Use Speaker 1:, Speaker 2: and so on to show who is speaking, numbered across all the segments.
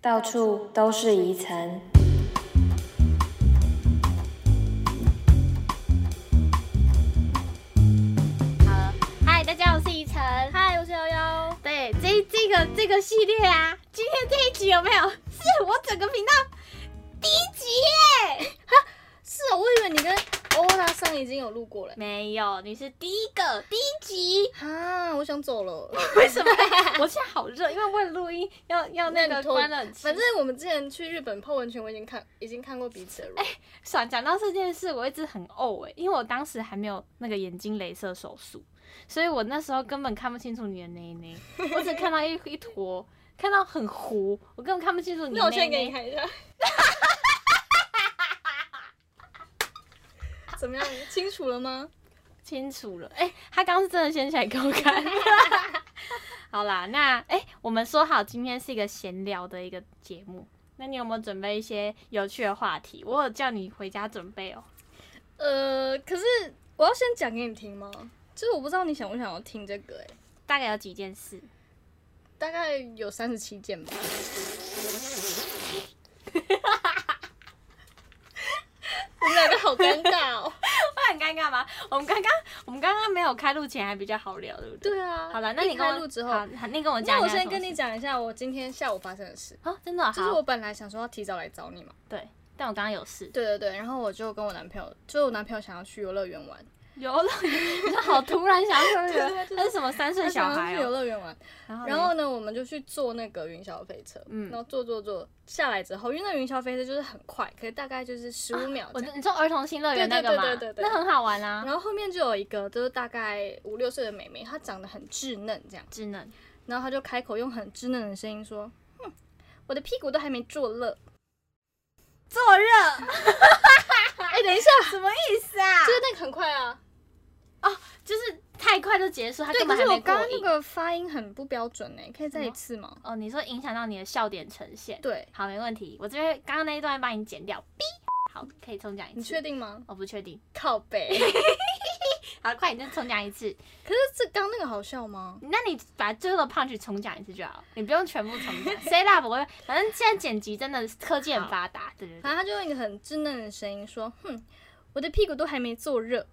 Speaker 1: 到处都是疑尘。
Speaker 2: 好了，嗨，大家，我是怡晨。
Speaker 3: 嗨，我是悠悠。
Speaker 2: 对，这这个这个系列啊，今天这一集有没有？是我整个频道第一集耶！
Speaker 3: 是哦，我以为你跟欧拉桑已经有录过了。
Speaker 2: 没有，你是第一个，第一集。
Speaker 3: 啊，我想走 了。
Speaker 2: 为什么？ 我现在好热，因为为了录音要要那个
Speaker 3: 你偷
Speaker 2: 关冷气。
Speaker 3: 反正我们之前去日本泡温泉，我已经看已经看过彼此的哎、
Speaker 2: 想讲到这件事，我一直很呕哎、因为我当时还没有那个眼睛镭射手术，所以我那时候根本看不清楚你的内内，我只看到一一坨，看到很糊，我根本看不清楚你
Speaker 3: 那
Speaker 2: 的
Speaker 3: 我现在
Speaker 2: 内
Speaker 3: 给你
Speaker 2: 内。
Speaker 3: 看一下。 怎么样？清楚了吗？
Speaker 2: 清楚了，哎、他刚是真的掀起来给我 看。好啦，那哎、我们说好今天是一个闲聊的一个节目，那你有没有准备一些有趣的话题？我有叫你回家准备哦。
Speaker 3: 呃，可是我要先讲给你听吗？就是我不知道你想不想要听这个哎、
Speaker 2: 大概有几件事，
Speaker 3: 大概有三十七件 吧。我们两个好尴尬哦。
Speaker 2: 会很尴尬吗？我们刚刚我们刚刚没有开录前还比较好聊，对不对？
Speaker 3: 对啊。
Speaker 2: 好了，那你
Speaker 3: 一
Speaker 2: 跟
Speaker 3: 开
Speaker 2: 我
Speaker 3: 录之后，
Speaker 2: 好，好你跟我讲一下什
Speaker 3: 那
Speaker 2: 么
Speaker 3: 我
Speaker 2: 事。
Speaker 3: 先跟你讲一下我今天下午发生的事。
Speaker 2: 哦，真的好，
Speaker 3: 就是我本来想说要提早来找你嘛，
Speaker 2: 对，但我刚刚有事。
Speaker 3: 对对对，然后我就跟我男朋友，就我男朋友想要去游乐园玩，
Speaker 2: 游乐园， 你说好突然想要 游乐
Speaker 3: 对对
Speaker 2: 园，
Speaker 3: 就是
Speaker 2: 那是什么三岁
Speaker 3: 他
Speaker 2: 小
Speaker 3: 想
Speaker 2: 孩
Speaker 3: 要去游
Speaker 2: 哦？
Speaker 3: 乐园玩。
Speaker 2: 然
Speaker 3: 然
Speaker 2: 后
Speaker 3: 后
Speaker 2: 呢
Speaker 3: 呢，我们就去坐那个云霄飞车，
Speaker 2: 嗯
Speaker 3: 然后坐坐坐下来之后，因为那云霄飞车就是很快，可是大概就是十五秒
Speaker 2: 我知
Speaker 3: 这样。
Speaker 2: 你说儿童新乐园那
Speaker 3: 对
Speaker 2: 个
Speaker 3: 对
Speaker 2: 嘛
Speaker 3: 对对对，对
Speaker 2: 那很好玩啊
Speaker 3: 然。后后面就有一个就是大概五六岁的妹妹，她长得很稚嫩这样，
Speaker 2: 智能，
Speaker 3: 然后她就开口用很稚嫩的声音说：“哼，我的屁股都还没坐热。
Speaker 2: 坐 热
Speaker 3: 哎，等一下，
Speaker 2: 什么意思啊
Speaker 3: 就是那个很快啊，
Speaker 2: 就是太快就结束，他
Speaker 3: 对，
Speaker 2: 根
Speaker 3: 可
Speaker 2: 本
Speaker 3: 是
Speaker 2: 还
Speaker 3: 我
Speaker 2: 没
Speaker 3: 刚
Speaker 2: 过
Speaker 3: 刚那
Speaker 2: 瘾。
Speaker 3: 个发音很不标准哎、可以再一次吗？
Speaker 2: 哦，你说影响到你的笑点呈现，
Speaker 3: 对，
Speaker 2: 好，没问题。我这边刚刚那一段帮你剪掉，哔。好，可以重讲一次。
Speaker 3: 你确？定 吗？
Speaker 2: 我不确定。
Speaker 3: 靠 背。
Speaker 2: 好，快点再重讲一次。
Speaker 3: 可是这刚那个好笑吗？
Speaker 2: 那你把最后的 punch 重讲一次就好了，你不用全部重 讲。C lab 我会，反正现在剪辑真的是科技很发达，对对对。
Speaker 3: 反正他就用一个很稚嫩的声音说：“哼，我的屁股都还没坐热。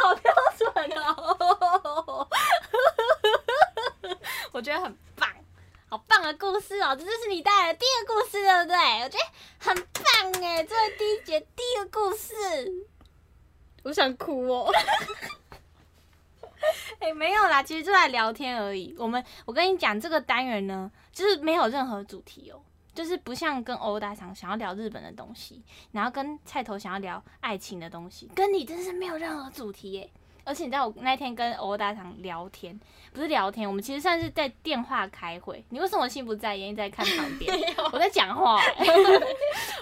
Speaker 2: 好标准哦， 我觉得很棒，好棒的故事哦，这就是你带来的第一个故事，对不对？我觉得很棒哎，这是第一节第一个故事。”
Speaker 3: 我想哭哦。
Speaker 2: 哎、没有啦，其实就在聊天而已。我们，我跟你讲，这个单元呢，就是没有任何主题哦，就是不像跟欧大想想要聊日本的东西，然后跟菜头想要聊爱情的东西，跟你真是没有任何主题耶。而且你知道，我那天跟欧大想聊天，不是聊天，我们其实算是在电话开会。你为什么心不在焉，一直在看旁边？我在讲话欸、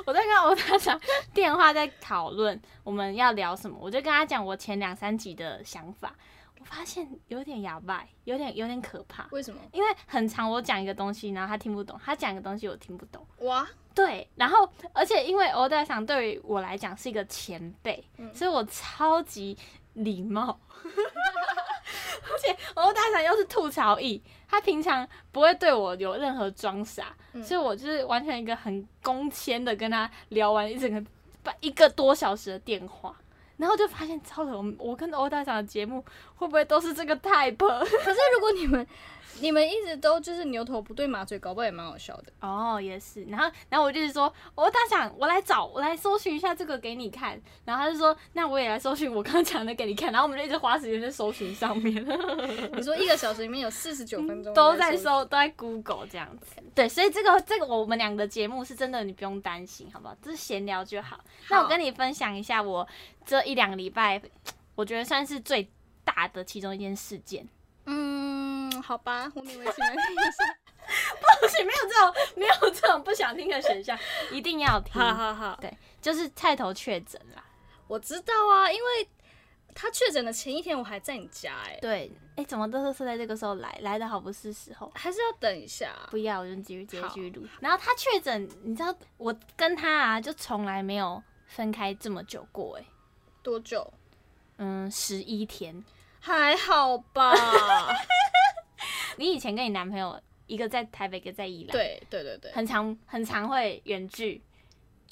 Speaker 2: 我在跟欧大想电话在讨论我们要聊什么，我就跟他讲我前两三集的想法，我发现有点哑巴，欸有点有点可怕，
Speaker 3: 为什么？
Speaker 2: 因为很长我讲一个东西，然后他听不懂，他讲一个东西我听不懂。
Speaker 3: 哇，
Speaker 2: 对，然后而且因为欧大赏对于我来讲是一个前辈，
Speaker 3: 嗯
Speaker 2: 所以我超级礼貌。而且欧大赏又是吐槽艺，他平常不会对我有任何装傻，
Speaker 3: 嗯
Speaker 2: 所以我就是完全一个很公谦的跟他聊完一整个半一个多小时的电话。然后就发现，糟了，我们我跟欧大赏的节目会不会都是这个 type？
Speaker 3: 可是如果你们你们一直都就是牛头不对马嘴，搞不好也蛮好笑的。
Speaker 2: 哦，也是。然后，然后我就是说，哦，他想我来找，我来搜寻一下这个给你看。然后他就说，那我也来搜寻我刚刚讲的给你看。然后我们就一直花时间在搜寻上面，
Speaker 3: 你说一个小时里面有四十九分钟
Speaker 2: 都在，搜，都在 Google 这样子。对，所以这个这个我们两个节目是真的，你不用担心，好不好？这是闲聊就好。那我跟你分享一下我这一两个礼拜，我觉得算是最大的其中一件事件。
Speaker 3: 嗯，好吧，我勉为其难听一 下。
Speaker 2: 不行，没有这种没有这种不想听的选项，一定要听。
Speaker 3: 好好好，
Speaker 2: 对，就是菜头确诊啦。
Speaker 3: 我知道啊，因为他确诊的前一天我还在你家哎、
Speaker 2: 对，哎、怎么乐色是在这个时候来？来的好不是时候。
Speaker 3: 还是要等一下。啊
Speaker 2: 不要，我就继续接
Speaker 3: 好
Speaker 2: 续录。然后他确诊，你知道我跟他啊，就从来没有分开这么久过、欸，哎，
Speaker 3: 多久？
Speaker 2: 嗯，十一天。
Speaker 3: 还好吧。
Speaker 2: 你以前跟你男朋友一个在台北，一个在宜兰，，
Speaker 3: 对对对对，
Speaker 2: 很常很常会远距，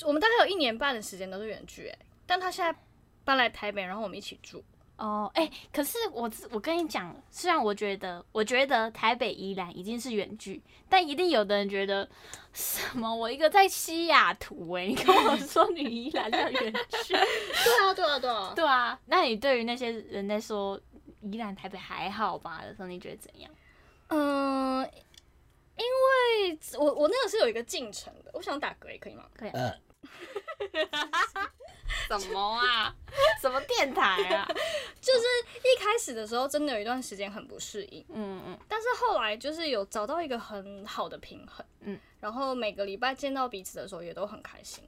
Speaker 3: 我们大概有一年半的时间都是远距、哎，但他现在搬来台北，然后我们一起住。
Speaker 2: 哦，哎、可是我自我跟你讲，虽然我觉得，我觉得台北宜兰已经是远距，但一定有的人觉得什么，我一个在西雅图、哎，你跟我说你宜兰叫远距，
Speaker 3: 对啊，对啊，对啊。
Speaker 2: 对啊，那你对于那些人在说宜兰、台北还好吧的时候，你觉得怎样？
Speaker 3: 嗯、因为我我那个是有一个进程的，我想打嗝也可以吗？
Speaker 2: 可以、啊？
Speaker 4: 呃，
Speaker 2: 什么啊？ 什么电台 啊？
Speaker 3: 一开始的时候真的有一段时间很不适应，
Speaker 2: 嗯嗯
Speaker 3: 但是后来就是有找到一个很好的平衡，
Speaker 2: 嗯，
Speaker 3: 然后每个礼拜见到彼此的时候也都很开心，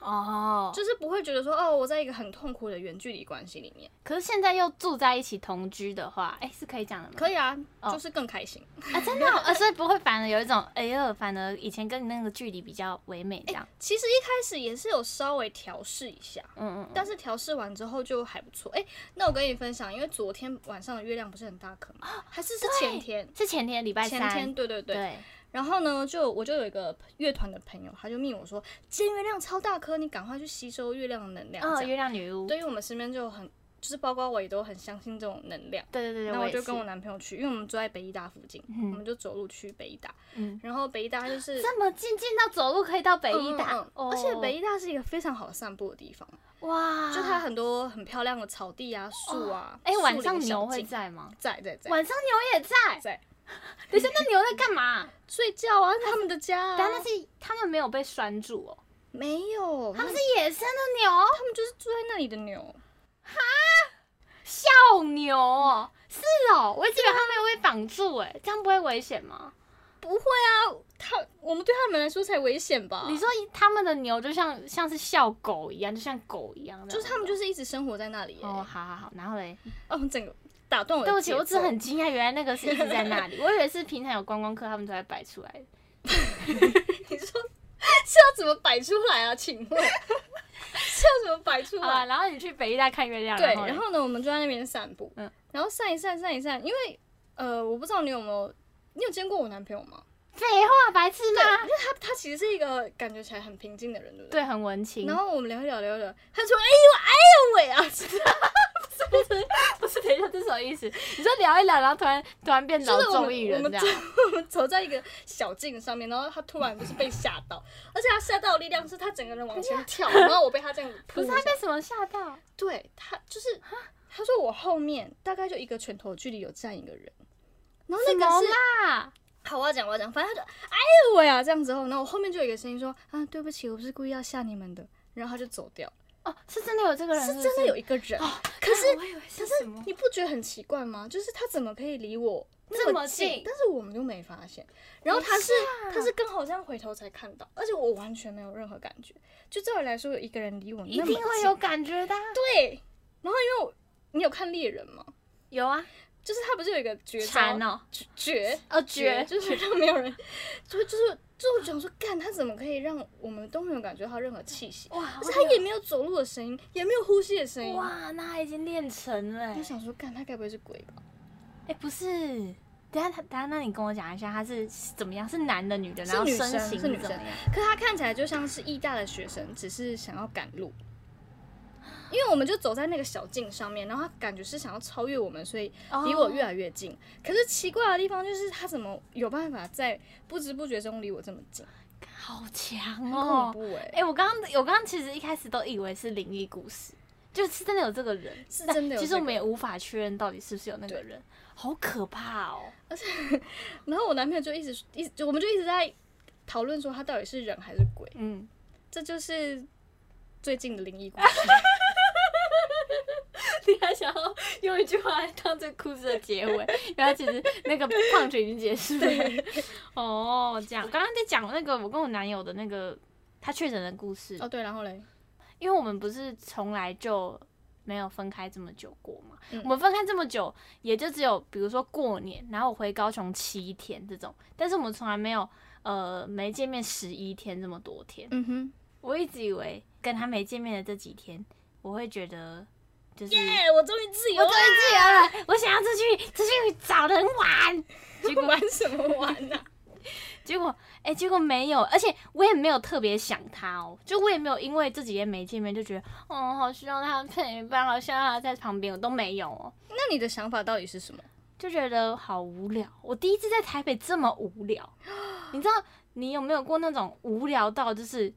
Speaker 2: 哦，
Speaker 3: 就是不会觉得说哦，我在一个很痛苦的远距离关系里面，
Speaker 2: 可是现在又住在一起同居的话，哎、是可以讲的吗？
Speaker 3: 可以啊，
Speaker 2: 哦
Speaker 3: 就是更开心。
Speaker 2: 啊，真 的、哦，呃，所以不会反而有一种，哎呦，反而以前跟你那个距离比较唯美这样，
Speaker 3: 其实一开始也是有稍微调试一下，
Speaker 2: 嗯嗯嗯，
Speaker 3: 但是调试完之后就还不错。哎、那我跟你分享，因为昨天晚上的月亮不是很大颗吗？还是是前天？
Speaker 2: 是前天哦礼拜
Speaker 3: 前
Speaker 2: 三，
Speaker 3: 天，对对对。哎
Speaker 2: 对，
Speaker 3: 然后呢，就我就有一个乐团的朋友，他就命我说，今天月亮超大颗，你赶快去吸收月亮的能量。
Speaker 2: 哦，
Speaker 3: 这样
Speaker 2: 月亮女巫，
Speaker 3: 对于我们身边就很，就是包括我也都很相信这种能量。
Speaker 2: 对对对对，
Speaker 3: 然后我
Speaker 2: 也
Speaker 3: 就是跟我男朋友去，因为我们住在北医大附近，
Speaker 2: 嗯
Speaker 3: 我们就走路去北医大。
Speaker 2: 嗯
Speaker 3: 然后北医大就是
Speaker 2: 这么近，近到走路可以到北医大，哦
Speaker 3: 嗯嗯嗯而且北
Speaker 2: 医
Speaker 3: 医大是一个非常好散步的地方，
Speaker 2: 哇，
Speaker 3: 就它很多很漂亮的草地啊、树啊。
Speaker 2: 啊哎、
Speaker 3: 树林
Speaker 2: 晚上牛
Speaker 3: 小
Speaker 2: 会
Speaker 3: 径
Speaker 2: 在吗？
Speaker 3: 在在在
Speaker 2: 晚上牛也在，
Speaker 3: 在
Speaker 2: 等一下，那牛在干 嘛？
Speaker 3: 睡觉啊，他们的家啊。
Speaker 2: 但那是他们没有被拴住哦，
Speaker 3: 没有，
Speaker 2: 他
Speaker 3: 他
Speaker 2: 们
Speaker 3: 们
Speaker 2: 是野生的牛，
Speaker 3: 他们就是住在那里的牛。
Speaker 2: 斗牛哦，是哦，我一直以为他们有被绑住，哎，这样不会危险吗？
Speaker 3: 不会啊，他我们对他们来说才危险吧？
Speaker 2: 你说他们的牛就像像是笑狗一样，就像狗一样，
Speaker 3: 就是他们就是是一直生活在那里、欸。
Speaker 2: 哦，好好好，然后嘞，
Speaker 3: 哦，整个打断我的
Speaker 2: 对不起，
Speaker 3: 节
Speaker 2: 我只是
Speaker 3: 奏
Speaker 2: 很惊讶，原来那个是一直在那 里，我以为是平常有观光客他们才会摆出来的。
Speaker 3: 你说是要怎么摆出来啊？请问 是要怎么摆出
Speaker 2: 好啊，
Speaker 3: 来？
Speaker 2: 然后你去北医大看月亮，
Speaker 3: 对，
Speaker 2: 啊后嘞
Speaker 3: 然后呢，我们就在那边散步，
Speaker 2: 嗯
Speaker 3: 然后散一散，散一散，因为呃，我不知道你有没有，你有见过我男朋友吗？
Speaker 2: 废话，白痴吗？
Speaker 3: 他他其实是一个感觉起来很平静的人，对不对？
Speaker 2: 对，很文青。啊
Speaker 3: 然后我们聊一聊聊一聊，他说：“哎呦，哎呦喂啊！”
Speaker 2: 不是， 等一下，这什么意思？你说聊一聊，然后突然突然变
Speaker 3: 就
Speaker 2: 老
Speaker 3: 是我
Speaker 2: 中艺
Speaker 3: 们
Speaker 2: 人
Speaker 3: 我们
Speaker 2: 这
Speaker 3: 走
Speaker 2: 样，
Speaker 3: 我们走在一个小径上面，然后他突然就是被吓到，而且他吓到的力量是他整个人往前跳，然后我被他这样子
Speaker 2: 不
Speaker 3: 扑一
Speaker 2: 是
Speaker 3: 下。
Speaker 2: 他被什么吓到？
Speaker 3: 对他就是他说我后面大概就一个拳头距离有站一个人，然后那
Speaker 2: 怎么
Speaker 3: 个是
Speaker 2: 啦？
Speaker 3: 好，我要讲我要讲，反正他就哎呦喂啊这样之后，然后我后面就有一个声音说啊对不起，我不是故意要吓你们的，然后他就走 掉了，
Speaker 2: 哦，是真的有这个人，
Speaker 3: 是
Speaker 2: 不
Speaker 3: 真的有一个人，可是
Speaker 2: 啊我以为是什么？
Speaker 3: 你不觉得很奇怪吗？就是他怎么可以离我
Speaker 2: 这么
Speaker 3: 么
Speaker 2: 近
Speaker 3: 但是我们就没发现。然后他是他是刚好这样回头才看到，而且我完全没有任何感觉。就照理来说，有一个人离我那么
Speaker 2: 一
Speaker 3: 近，
Speaker 2: 定会有感觉的啊。
Speaker 3: 对。然后因为我你有看猎人吗？
Speaker 2: 有啊，
Speaker 3: 就是他不是有一个绝招
Speaker 2: 馋哦，
Speaker 3: 绝绝
Speaker 2: 哦绝，
Speaker 3: 绝，就是让没有人，就就是就我想说，干他怎么可以让我们都没有感觉到任何气息？
Speaker 2: 哇
Speaker 3: 而且他也没有走路的声音，也没有呼吸的声音。
Speaker 2: 哇，那他已经练成了欸。
Speaker 3: 我想说，干他该不会是鬼吧？
Speaker 2: 哎、不是，等一下他，等一下，那你跟我讲一下他是怎么样？是男的、女的，
Speaker 3: 是
Speaker 2: 然后
Speaker 3: 女
Speaker 2: 身
Speaker 3: 生
Speaker 2: 形
Speaker 3: 是女
Speaker 2: 怎么
Speaker 3: 生
Speaker 2: 样？
Speaker 3: 可他看起来就像是艺大的学生，只是想要赶路。因为我们就走在那个小径上面，然后他感觉是想要超越我们，所以离我越
Speaker 2: 哦
Speaker 3: 来越近。可是奇怪的地方就是，他怎么有办法在不知不觉中离我这么近？
Speaker 2: 好强
Speaker 3: 很恐
Speaker 2: 哦！
Speaker 3: 怖哎、
Speaker 2: 哎、我刚刚我刚刚其实一开始都以为是灵异故事，就是真的有这个人，
Speaker 3: 是
Speaker 2: 但
Speaker 3: 真的有
Speaker 2: 其实
Speaker 3: 这
Speaker 2: 我
Speaker 3: 个
Speaker 2: 们也无法确认到底是不是有那个
Speaker 3: 对
Speaker 2: 人，好可怕哦！
Speaker 3: 然后我男朋友就一直一直，就我们就一直在讨论说他到底是人还是鬼。
Speaker 2: 嗯，
Speaker 3: 这就是最近的灵异故 事。
Speaker 2: 你还想要用一句话来当这故事的结尾，然后其实那个胖曲已经结束了。 哦，这样，我刚刚在讲那个我跟我男友的那个他确诊的故事
Speaker 3: 哦，对，然后嘞，
Speaker 2: 因为我们不是从来就没有分开这么久过嘛，
Speaker 3: 嗯
Speaker 2: 我们分开这么久，也就只有比如说过年，然后我回高雄七天这种，但是我们从来没有呃没见面十一天这么多天。
Speaker 3: 嗯哼，
Speaker 2: 我一直以为跟他没见面的这几天，我会觉得就是
Speaker 3: 耶、我终于自由
Speaker 2: 我终于自由了，我想要出去出去找人玩，结
Speaker 3: 了，
Speaker 2: 果
Speaker 3: 玩什么玩啊？
Speaker 2: 结果哎、结果没有，而且我也没有特别想他哦，就我也没有因为这几天没见面就觉得，哦，好希望他陪伴，好希望他在旁边，我都没有哦，
Speaker 3: 那你的想法到底是什么？
Speaker 2: 就觉得好无聊。我第一次在台北这么无聊，你知道你有没有过那种无聊到就是，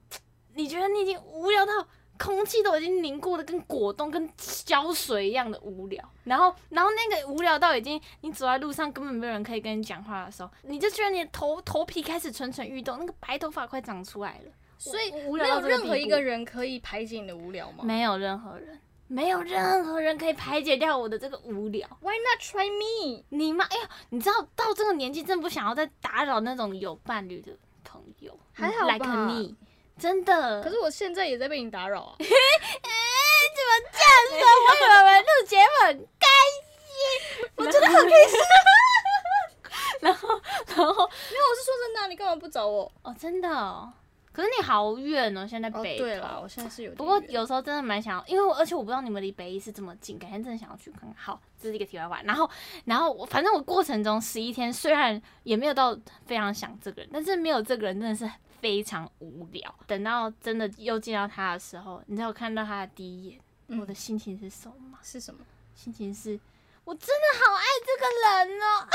Speaker 2: 你觉得你已经无聊到空气都已经凝固的跟果冻跟胶水一样的无聊，然后然后那个无聊到已经你走在路上根本没有人可以跟你讲话的时候，你就觉得你的头头皮开始蠢蠢欲动，那个白头发快长出来了，
Speaker 3: 所以
Speaker 2: 我我无
Speaker 3: 没
Speaker 2: 聊
Speaker 3: 有
Speaker 2: 到这
Speaker 3: 任何
Speaker 2: 地
Speaker 3: 一
Speaker 2: 步
Speaker 3: 个人可以排解你的无聊吗
Speaker 2: 没有任何人。没有任何人可以排解掉我的这个无聊，
Speaker 3: ？Why not try me？
Speaker 2: 你妈！哎呀，你知道到这个年纪，真不想要再打扰那种有伴侣的朋友，
Speaker 3: 还好吧
Speaker 2: like 你，真的。
Speaker 3: 可是我现在也在被你打扰 啊！
Speaker 2: 我以为我们录节目很开心，我真的很开 心。然后，然后，
Speaker 3: 没有，我是说真的啊、你干嘛不找我？
Speaker 2: 哦，真的哦。可是你好远哦，现在
Speaker 3: 哦，
Speaker 2: 北、
Speaker 3: 对啦，，我现在是有点
Speaker 2: 不过
Speaker 3: 远
Speaker 2: 有时候真的蛮想要，因为我而且我不知道你们离北一是这么近，改天真的想要去看看。好，这是一个题外话。然后，然后我反正我过程中十一天虽然也没有到非常想这个人，但是没有这个人真的是非常无聊。等到真的又见到他的时候，你知道我看到他的第一眼，
Speaker 3: 嗯
Speaker 2: 我的心情是什么吗？
Speaker 3: 是什么？
Speaker 2: 心情是我真的好爱这个人哦。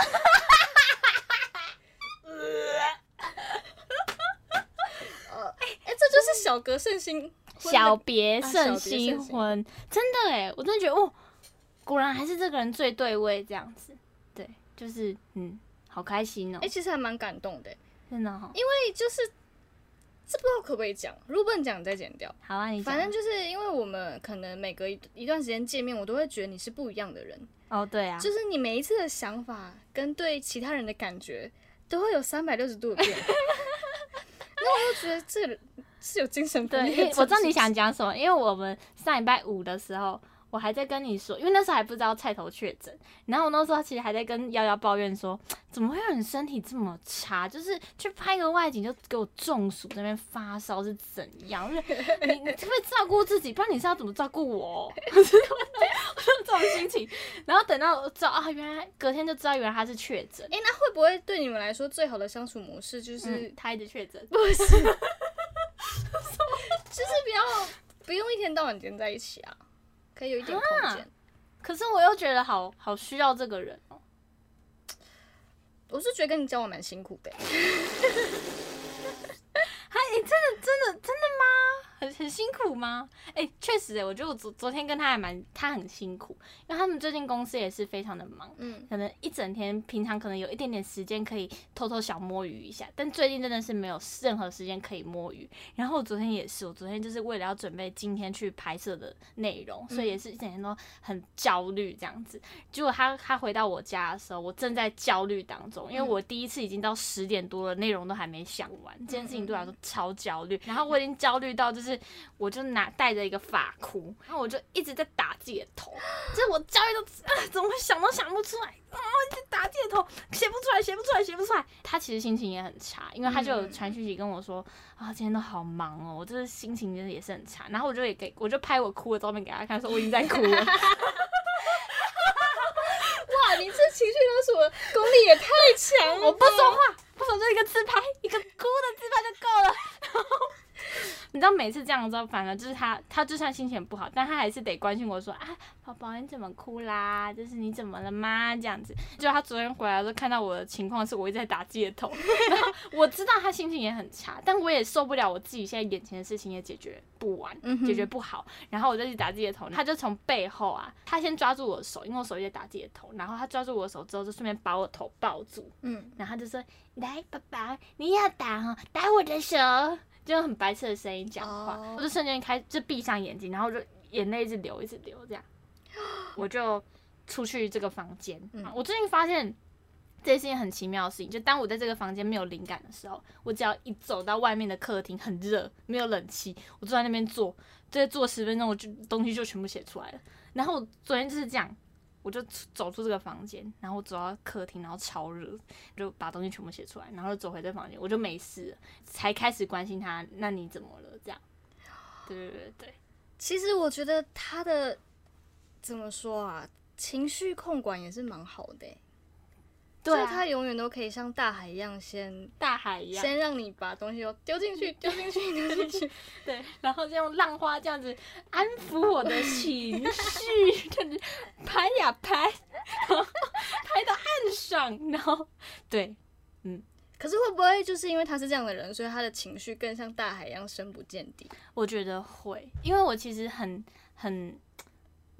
Speaker 3: 哎、这就是小格圣心婚的
Speaker 2: 小别
Speaker 3: 啊
Speaker 2: 胜
Speaker 3: 小别
Speaker 2: 新
Speaker 3: 胜新
Speaker 2: 婚，真的哎，我真的觉得哦，果然还是这个人最对味这样子。对，就是嗯，好开心哦
Speaker 3: 哎、，其实还蛮感动的、
Speaker 2: 真的哦哈。
Speaker 3: 因为就是这不知道可不可以讲，如果不能讲你再剪掉。
Speaker 2: 好啊，你讲
Speaker 3: 反正就是因为我们可能每隔一一段时间见面，我都会觉得你是不一样的人，
Speaker 2: 哦，对啊，
Speaker 3: 就是你每一次的想法跟对其他人的感觉都会有三百六十度的变化。 那我就觉得这人是有精神 分
Speaker 2: 对，
Speaker 3: 裂
Speaker 2: 因为
Speaker 3: 症
Speaker 2: 我知道你
Speaker 3: 是
Speaker 2: 想讲什么，因为我们上礼拜五的时候。我还在跟你说，因为那时候还不知道菜头确诊，然后我那时候其实还在跟瑶瑶抱怨说，怎么会有人身体这么差？就是去拍个外景就给我中暑，在那边发烧是怎样？ 就是你你可不可以照顾自己？不然你是要怎么照顾我？ 我就这种心情。然后等到我知道啊，原来隔天就知道原来他是确诊，
Speaker 3: 不是。哎、那会不会对你们来说最好的相处模式就、
Speaker 2: 就是是他一直确诊。
Speaker 3: 不是，就是比较不用一天到晚黏在一起啊，可以有一点空间。
Speaker 2: 可是我又觉得好好需要这个人哦。
Speaker 3: 我是觉得跟你交往蛮辛苦的、欸
Speaker 2: 哎很很辛苦吗？哎、确实、欸，我觉得我昨昨天跟他还蛮，他很辛苦，因为他们最近公司也是非常的忙，
Speaker 3: 嗯，
Speaker 2: 可能一整天，平常可能有一点点时间可以偷偷小摸鱼一下，但最近真的是没有任何时间可以摸鱼。然后我昨天也是，我昨天就是为了要准备今天去拍摄的内容，所以也是一整天都很焦虑这样子。结果他他回到我家的时候，我正在焦虑当中，因为我第一次已经到十点多了，内容都还没想完，这件事情对我来说超焦虑。嗯然后我已经焦虑到就是，我就拿带着一个发箍，然后我就一直在打自己的头，就是我焦虑到啊，怎么会想都想不出来。打借头，写不出来，写不出来，写不出来。他其实心情也很差，因为他就有传讯息跟我说，啊，今天都好忙哦，我就是心情真的也是很差。然后我就也给我就拍我哭的照片给他看，说我已经在哭了。
Speaker 3: 哇，你这情绪勒索功力也太强了
Speaker 2: 我
Speaker 3: 吧！
Speaker 2: 不说话，不说就一个自拍，一个哭的自拍就够了。然后 你知道每次这样之后，反而就是他，他就算心情不好，但他还是得关心我说啊，宝宝你怎么哭啦？就是你怎么了吗？这样子。就他昨天回来的时候看到我的情况是，我一直在打自己的头， 然后我知道他心情也很差，但我也受不了我自己现在眼前的事情也解决不完，
Speaker 3: 嗯哼
Speaker 2: 解决不好，然后我就去打自己的头，他就从背后啊，他先抓住我的手，因为我手一直在打自己的头，然后他抓住我的手之后，就顺便把我头抱住，
Speaker 3: 嗯，
Speaker 2: 然后他就说：“来，爸爸，你要打哦，打我的手。”就用很白痴的声音讲话
Speaker 3: 哦
Speaker 2: 我就瞬间开就闭上眼睛，然后我就眼泪一直流，一直流， 这样，我就出去这个房间。
Speaker 3: 嗯
Speaker 2: 我最近发现这是一件很奇妙的事情，就当我在这个房间没有灵感的时候，我只要一走到外面的客厅，很热，没有冷气，我坐在那边坐，再坐十分钟，我就东西就全部写出来了。然后我昨天就是这样，我就出走出这个房间，然后我走到客厅，然后超热，就把东西全部写出来，然后就走回这房间，我就没事了，才开始关心他，那你怎么了？这样，对对对对，
Speaker 3: 其实我觉得他的怎么说啊，情绪控管也是蛮好的欸、
Speaker 2: 对
Speaker 3: 就
Speaker 2: 啊
Speaker 3: 是它永远都可以像大海一样先
Speaker 2: 大海一样，
Speaker 3: 先让你把东西都丢进 去，丢进去，丢进去。
Speaker 2: 对，然后就用浪花这样子安抚我的情绪， 这样子拍呀拍，然后拍到岸上，然后对，
Speaker 3: 可是会不会就是因为他是这样的人，所以他的情绪更像大海一样深不见底？
Speaker 2: 我觉得会，因为我其实很很。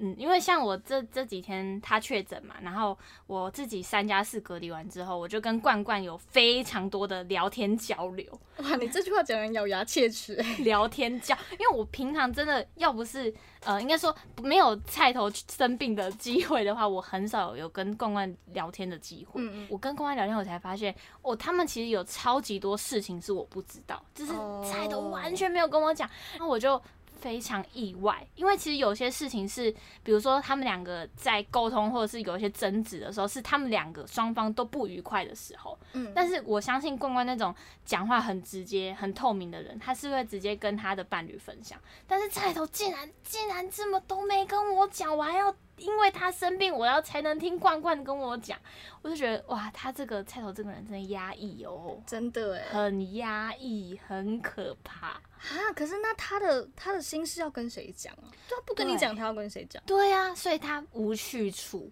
Speaker 2: 嗯，因为像我这这几天他确诊嘛，然后我自己三加四隔离完之后，我就跟冠冠有非常多的聊天交流，
Speaker 3: 哇，你这句话讲人咬牙切齿、欸，
Speaker 2: 聊天交，因为我平常真的要不是呃，应该说没有菜头生病的机会的话，我很少有跟冠冠聊天的机会。
Speaker 3: 嗯嗯
Speaker 2: 我跟冠冠聊天，我才发现哦，他们其实有超级多事情是我不知道，就是
Speaker 3: 哦
Speaker 2: 菜头完全没有跟我讲，那我就。非常意外，因为其实有些事情是，比如说他们两个在沟通，或者是有一些争执的时候，是他们两个双方都不愉快的时候，
Speaker 3: 嗯，
Speaker 2: 但是我相信冠冠那种讲话很直接、很透明的人，他是会直接跟他的伴侣分享。但是菜头竟然竟然这么都没跟我讲，我还要因为他生病，我要才能听冠冠跟我讲，我就觉得哇，他这个菜头这个人真的压抑哦，
Speaker 3: 真的哎、
Speaker 2: 很压抑，很可怕。
Speaker 3: 啊！可是那他的他的心事要跟谁讲啊？对啊，不跟你
Speaker 2: 对
Speaker 3: 讲，他要跟谁讲？
Speaker 2: 对啊，所以他无去处。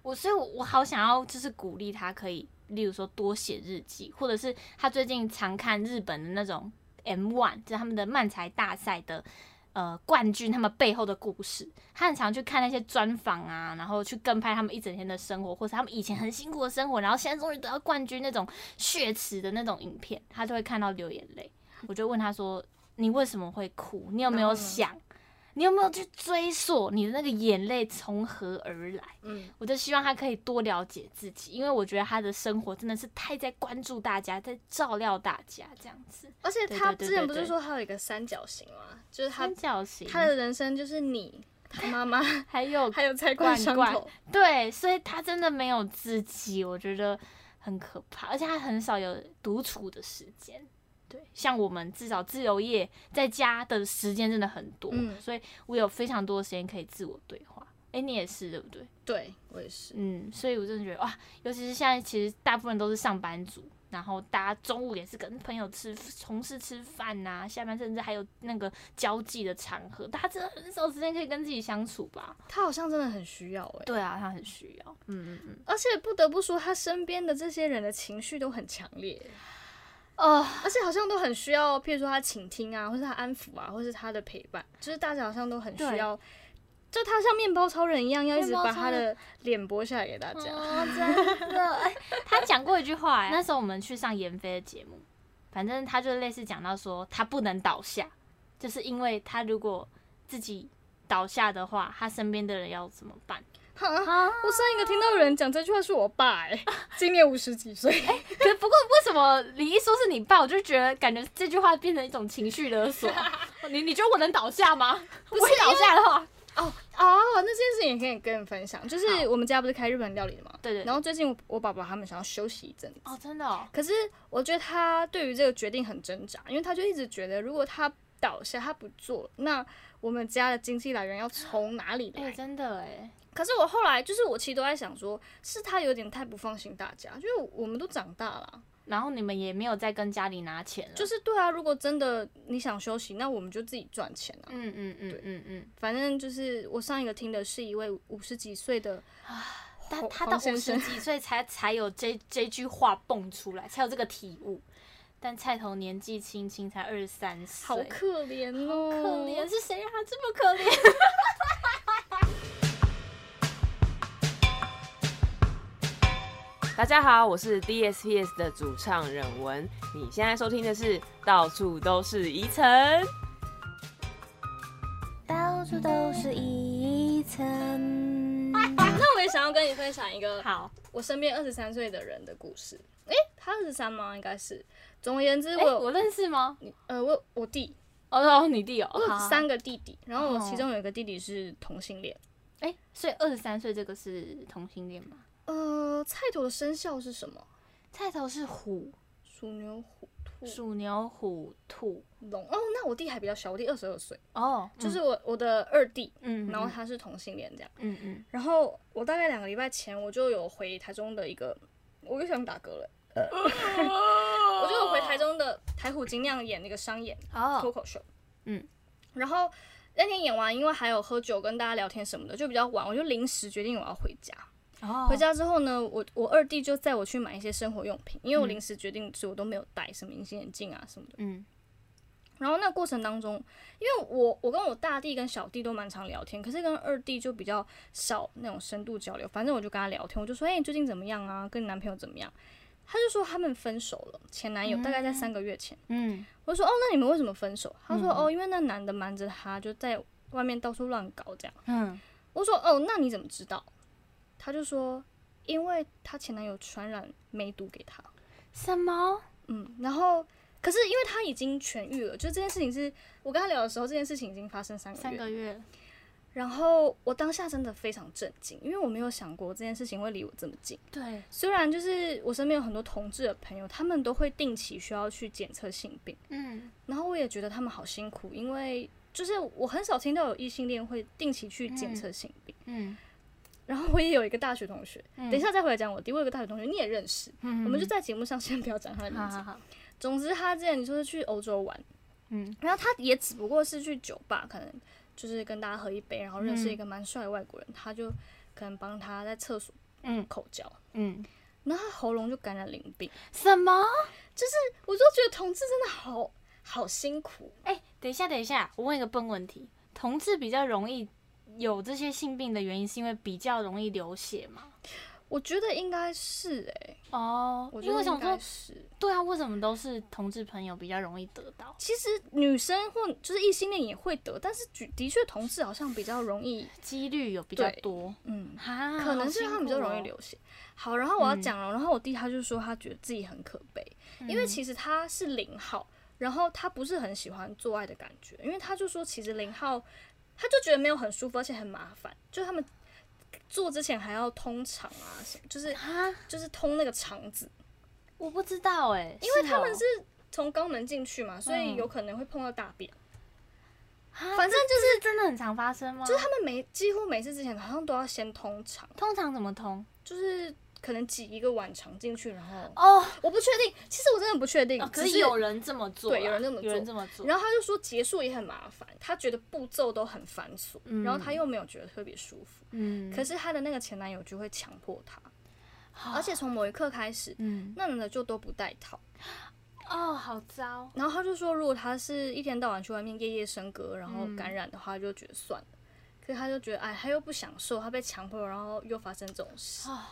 Speaker 2: 我所以我，我好想要就是鼓励他可以，例如说多写日记，或者是他最近常看日本的那种 M One，就是他们的漫才大赛的呃冠军，他们背后的故事。他很常去看那些专访啊，然后去跟拍他们一整天的生活，或者他们以前很辛苦的生活，然后现在终于得到冠军那种血池的那种影片，他就会看到流眼泪。我就问他说：“你为什么会哭？你有没
Speaker 3: 然
Speaker 2: 有
Speaker 3: 后呢
Speaker 2: 想？”你有没有去追溯你的那个眼泪从何而来？
Speaker 3: 嗯，
Speaker 2: 我就希望他可以多了解自己，因为我觉得他的生活真的是太在关注大家，在照料大家这样子。
Speaker 3: 而且他
Speaker 2: 对对对
Speaker 3: 之前不
Speaker 2: 对对
Speaker 3: 是说他有一个三角形吗？就是他
Speaker 2: 三角形，
Speaker 3: 他的人生就是你、他妈 妈
Speaker 2: 还有
Speaker 3: 还有菜罐伤
Speaker 2: 罐
Speaker 3: 口，
Speaker 2: 对，所以他真的没有自己，我觉得很可怕，而且他很少有独处的时间。对，像我们至少自由业在家的时间真的很多，
Speaker 3: 嗯
Speaker 2: 所以我有非常多的时间可以自我对话。诶，你也是对不对？
Speaker 3: 对我也是。
Speaker 2: 嗯，所以我真的觉得哇，尤其是现在，其实大部分都是上班族，然后大家中午也是跟朋友吃、同事吃饭呐、下班甚至还有那个交际的场合，大家真的很少时间可以跟自己相处吧？
Speaker 3: 他好像真的很需要哎、
Speaker 2: 对啊，他很需要。嗯嗯嗯。
Speaker 3: 而且不得不说，他身边的这些人的情绪都很强烈，
Speaker 2: 哦，
Speaker 3: 而且好像都很需要，譬如说他倾听啊，或是他安抚啊，或是他的陪伴，就是大家好像都很需
Speaker 2: 对
Speaker 3: 要，就他像面包超人一样，要一直
Speaker 2: 面包
Speaker 3: 把
Speaker 2: 超
Speaker 3: 他的脸剥下来给大家。
Speaker 2: 哦，真的，哎他讲过一句话、哎，那时候我们去上闫飞的节目，反正他就类似讲到说，他不能倒下，就是因为他如果自己倒下的话，他身边的人要怎么办？
Speaker 3: 哈
Speaker 2: 啊，
Speaker 3: 我上一个听到有人讲这句话是我爸哎、今年五十几岁，
Speaker 2: 可不过为什么你一说是你爸，我就觉得感觉这句话变成一种情绪勒索。 你你觉得我能倒下吗？我会倒下的话，
Speaker 3: 哦哦，那件事情也可以跟你分享，就是我们家不是开日本料理的嘛，
Speaker 2: 对对
Speaker 3: 然后最近我我爸爸他们想要休息一阵子，
Speaker 2: 哦，真的、哦，
Speaker 3: 可是我觉得他对于这个决定很挣扎，因为他就一直觉得，如果他倒下，他不做，那我们家的经济来源要从哪里
Speaker 2: 哎、
Speaker 3: 来？
Speaker 2: 真的哎，
Speaker 3: 可是我后来就是我其实都在想说，是他有点太不放心大家，就是我们都长大了，
Speaker 2: 然后你们也没有再跟家里拿钱了，
Speaker 3: 就是是对啊，如果真的你想休息，那我们就自己赚钱啊。
Speaker 2: 嗯嗯嗯嗯嗯，
Speaker 3: 反正就是我上一个听的是一位五十几岁的
Speaker 2: 但
Speaker 3: 黄
Speaker 2: 他到
Speaker 3: 黄先
Speaker 2: 五十
Speaker 3: 生
Speaker 2: 几岁才才有这这句话蹦出来，才有这个体悟。但菜头年纪轻轻，才二十三岁，
Speaker 3: 好可怜哦，
Speaker 2: 可怜，是谁让他这么可怜？
Speaker 4: 大家好，我是 DSPS 的主唱忍文，你现在收听的是《到处都是宜城》。
Speaker 1: 到处都是一层。
Speaker 3: 那我也想要跟你分享一个
Speaker 2: 好，
Speaker 3: 我身边二十三岁的人的故事。诶、他二十三吗？应该是。总而言之，
Speaker 2: 哎、
Speaker 3: 我有、
Speaker 2: 我认识吗？
Speaker 3: 呃，我有我弟，
Speaker 2: 哦哦，你弟哦，
Speaker 3: 我有
Speaker 2: 好
Speaker 3: 三个弟弟，然后我
Speaker 2: 哦
Speaker 3: 其中有一个弟弟是同性恋。
Speaker 2: 哎、所以二十三岁这个是同性恋吗？
Speaker 3: 呃，菜头的生肖是什么？
Speaker 2: 菜头是虎，
Speaker 3: 鼠、牛、虎、兔、
Speaker 2: 鼠、牛、虎、兔。
Speaker 3: 龙。哦，那我弟还比较小，我弟二十二岁，
Speaker 2: 哦，
Speaker 3: 就是我我的二弟，
Speaker 2: 嗯，
Speaker 3: 然后他是同性恋这样。
Speaker 2: 嗯嗯
Speaker 3: 然后我大概两个礼拜前我就有回台中的一个我又想打 嗝了。我就有回台中的台虎精酿演那个商演脱
Speaker 2: 哦，
Speaker 3: 口秀，
Speaker 2: 嗯，
Speaker 3: 然后那天演完，因为还有喝酒跟大家聊天什么的，就比较晚，我就临时决定我要回家。
Speaker 2: 哦，
Speaker 3: 回家之后呢，我我二弟就载我去买一些生活用品，因为我
Speaker 2: 嗯
Speaker 3: 临时决定，所以我都没有带什么隐形眼镜啊什么的。
Speaker 2: 嗯，
Speaker 3: 然后那过程当中，因为我我跟我大弟跟小弟都蛮常聊天，可是跟二弟就比较少那种深度交流。反正我就跟他聊天，我就说：“哎、你最近怎么样啊？跟你男朋友怎么样？”他就说他们分手了，前男友大概在三个月前。
Speaker 2: 嗯
Speaker 3: 我就说：“哦，那你们为什么分手？”他说：“
Speaker 2: 嗯
Speaker 3: 哦，因为那男的瞒着他，就在外面到处乱搞这样。”
Speaker 2: 嗯，
Speaker 3: 我说：“哦，那你怎么知道？”他就说：“因为她前男友传染梅毒给她。”
Speaker 2: 什么？
Speaker 3: 嗯，然后可是因为他已经痊愈了，就这件事情是我跟他聊的时候，这件事情已经发生三个月。
Speaker 2: 三个月？
Speaker 3: 然后我当下真的非常震惊，因为我没有想过这件事情会离我这么近。
Speaker 2: 对，
Speaker 3: 虽然就是我身边有很多同志的朋友，他们都会定期需要去检测性病，
Speaker 2: 嗯
Speaker 3: 然后我也觉得他们好辛苦，因为就是我很少听到有异性恋会定期去检测性病。
Speaker 2: 嗯，
Speaker 3: 然后我也有一个大学同学，
Speaker 2: 等
Speaker 3: 等一，下再回来讲我弟，我有个大学同学你也认识，
Speaker 2: 我
Speaker 3: 我们就在节目上先不要讲他的名
Speaker 2: 嗯好
Speaker 3: 字。
Speaker 2: 好好，
Speaker 3: 总之，他之前就是去欧洲玩。
Speaker 2: 嗯
Speaker 3: 然后他也只不过是去酒吧，可能就是跟大家喝一杯，然后认
Speaker 2: 嗯
Speaker 3: 识一个蛮帅的外国人，他就可能帮他在厕所
Speaker 2: 嗯
Speaker 3: 口交，
Speaker 2: 嗯，
Speaker 3: 然后他喉咙就感染淋病，
Speaker 2: 什么？
Speaker 3: 我就觉得同志真的好好辛苦，
Speaker 2: 哎、等一下，等一下，我问一个笨问题：同志比较容易有这些性病的原因，是因为比较容易流血吗？
Speaker 3: 我觉得应该是哎、
Speaker 2: 哦
Speaker 3: 我觉
Speaker 2: 因为我
Speaker 3: 得应
Speaker 2: 想
Speaker 3: 该
Speaker 2: 说，
Speaker 3: 是。
Speaker 2: 对啊，为什么都是同志朋友比较容易得到？
Speaker 3: 其实女生或就是异性恋也会得，但是举的确同志好像比较容易，
Speaker 2: 几率有比较
Speaker 3: 对
Speaker 2: 多
Speaker 3: 嗯，
Speaker 2: 哈，
Speaker 3: 可能是
Speaker 2: 啊好辛
Speaker 3: 他们比较
Speaker 2: 苦
Speaker 3: 容易
Speaker 2: 哦，
Speaker 3: 流血。好，然后我要
Speaker 2: 嗯
Speaker 3: 讲了，然后我弟他就说他觉得自己很可悲，因为
Speaker 2: 嗯
Speaker 3: 其实他是零号，然后他不是很喜欢做爱的感觉，因为他就说其实零号他就觉得没有很舒服，而且很麻烦，就他们做之前还要通肠啊什么，就是
Speaker 2: 哈，
Speaker 3: 就是通那个肠子，
Speaker 2: 我不知道哎、
Speaker 3: 因为他
Speaker 2: 哦
Speaker 3: 们是从肛门进去嘛，所以
Speaker 2: 嗯
Speaker 3: 有可能会碰到大便，
Speaker 2: 哈
Speaker 3: 反正
Speaker 2: 这是真的很常发生吗？
Speaker 3: 就是他们每几乎每次之前好像都要先通肠，
Speaker 2: 通常怎么通？
Speaker 3: 就是。可能挤一个碗肠进去，然后
Speaker 2: 哦，
Speaker 3: 我不确定，其实我真的不确定，
Speaker 2: 可
Speaker 3: 嗯只
Speaker 2: 是有人这么做啦，
Speaker 3: 对有人这么
Speaker 2: 有人
Speaker 3: 做
Speaker 2: 这么做，
Speaker 3: 然后他就说结束也很麻烦，他觉得步骤都很繁琐，
Speaker 2: 嗯
Speaker 3: 然后他又没有觉得特别舒服。
Speaker 2: 嗯，
Speaker 3: 可是他的那个前男友就会强迫他，
Speaker 2: 好
Speaker 3: 而且从某一刻开始，
Speaker 2: 嗯，
Speaker 3: 那男的就都不戴套。
Speaker 2: 哦，好糟，
Speaker 3: 然后他就说，如果他是一天到晚去外面夜夜笙歌，然后
Speaker 2: 嗯
Speaker 3: 感染的话，他就觉得算了。可是他就觉得，哎，他又不享受，他被强迫，然后又发生这种事。
Speaker 2: 哦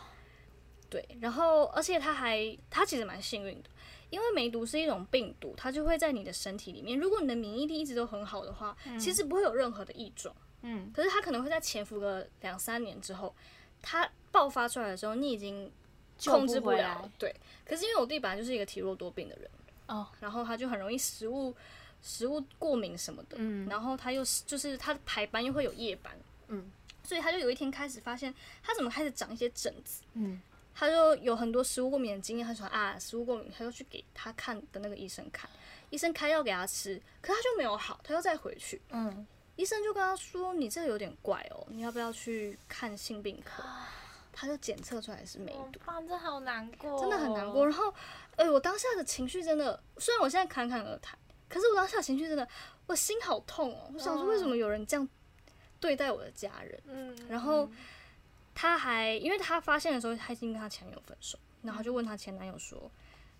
Speaker 3: 对，然后而且他还，他其实蛮幸运的，因为梅毒是一种病毒，它就会在你的身体里面。如果你的免疫力一直都很好的话，其实不会有任何的异状。
Speaker 2: 嗯，
Speaker 3: 可是它可能会在潜伏个两三年之后，它爆发出来的时候，你已经
Speaker 2: 救
Speaker 3: 控制
Speaker 2: 不
Speaker 3: 不
Speaker 2: 回
Speaker 3: 了
Speaker 2: 来
Speaker 3: 了。对，可是因为我弟本来就是一个体弱多病的人，
Speaker 2: 哦，
Speaker 3: 然后他就很容易食物食物过敏什么的，
Speaker 2: 嗯
Speaker 3: 然后他又是就是他的排班又会有夜班，
Speaker 2: 嗯，
Speaker 3: 所以他就有一天开始发现他怎么开始长一些疹子。
Speaker 2: 嗯，
Speaker 3: 他就有很多食物过敏的经验，他说啊，食物过敏，他就去给他看的那个医生看，医生开药给他吃，可他就没有好，他又再回去，
Speaker 2: 嗯，
Speaker 3: 医生就跟他说：“你这个有点怪哦，你要不要去看性病科？”他就检测出来是梅毒，
Speaker 2: 哇，这好难过，哦
Speaker 3: 真的很难过。。然后，哎、我当下的情绪真的，虽然我现在侃侃而谈，可是我当下的情绪真的，我心好痛哦。我想说，
Speaker 2: 嗯
Speaker 3: 为什么有人这样对待我的家人？
Speaker 2: 嗯，
Speaker 3: 然后他还因为他发现的时候，他已经跟他前男友分手，然后他就问他前男友说：“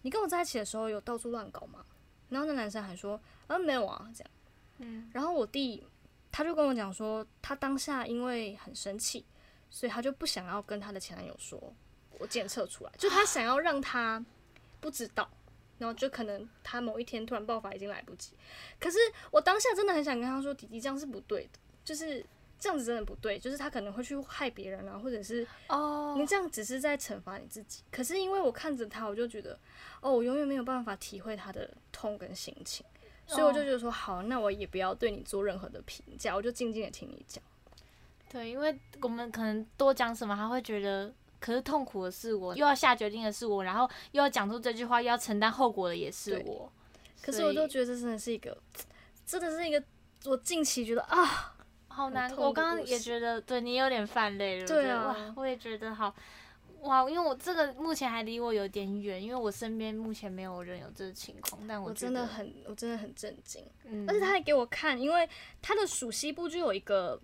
Speaker 3: 你跟我在一起的时候有到处乱搞吗？”然后那男生还说：“啊，没有啊，这样。”
Speaker 2: 嗯，
Speaker 3: 然后我弟他就跟我讲说，他当下因为很生气，所以他就不想要跟他的前男友说，我检测出来，就他想要让他不知道，然后就可能他某一天突然爆发已经来不及。可是我当下真的很想跟他说，弟弟这样是不对的，就是。这样子真的不对，就是他可能会去害别人啊，或者是
Speaker 2: 哦，
Speaker 3: 你这样只是在惩罚你自己。可是因为我看着他，我就觉得，哦，我永远没有办法体会他的痛跟心情，所以我就觉得说，好，那我也不要对你做任何的评价，我就静静的听你讲。
Speaker 2: 对，因为我们可能多讲什么，他会觉得，可是痛苦的是我，又要下决定的是我，然后又要讲出这句话，又要承担后果的也是
Speaker 3: 对
Speaker 2: 我。
Speaker 3: 可是
Speaker 2: 所
Speaker 3: 我就
Speaker 2: 以
Speaker 3: 觉得这真的是一个，真的是一个，我近期觉得啊，
Speaker 2: 好难
Speaker 3: 很
Speaker 2: 过，我
Speaker 3: 痛的
Speaker 2: 刚刚
Speaker 3: 故
Speaker 2: 也
Speaker 3: 事
Speaker 2: 觉得，对你有点泛泪了。我
Speaker 3: 对
Speaker 2: 觉得
Speaker 3: 啊
Speaker 2: 哇，我也觉得好，哇，因为我这个目前还离我有点远，因为我身边目前没有人有这个情况，但
Speaker 3: 我
Speaker 2: 哦觉
Speaker 3: 真
Speaker 2: 得
Speaker 3: 的，很，我真的很震惊。
Speaker 2: 嗯
Speaker 3: 而且他还给我看，因为他的属西部就有一个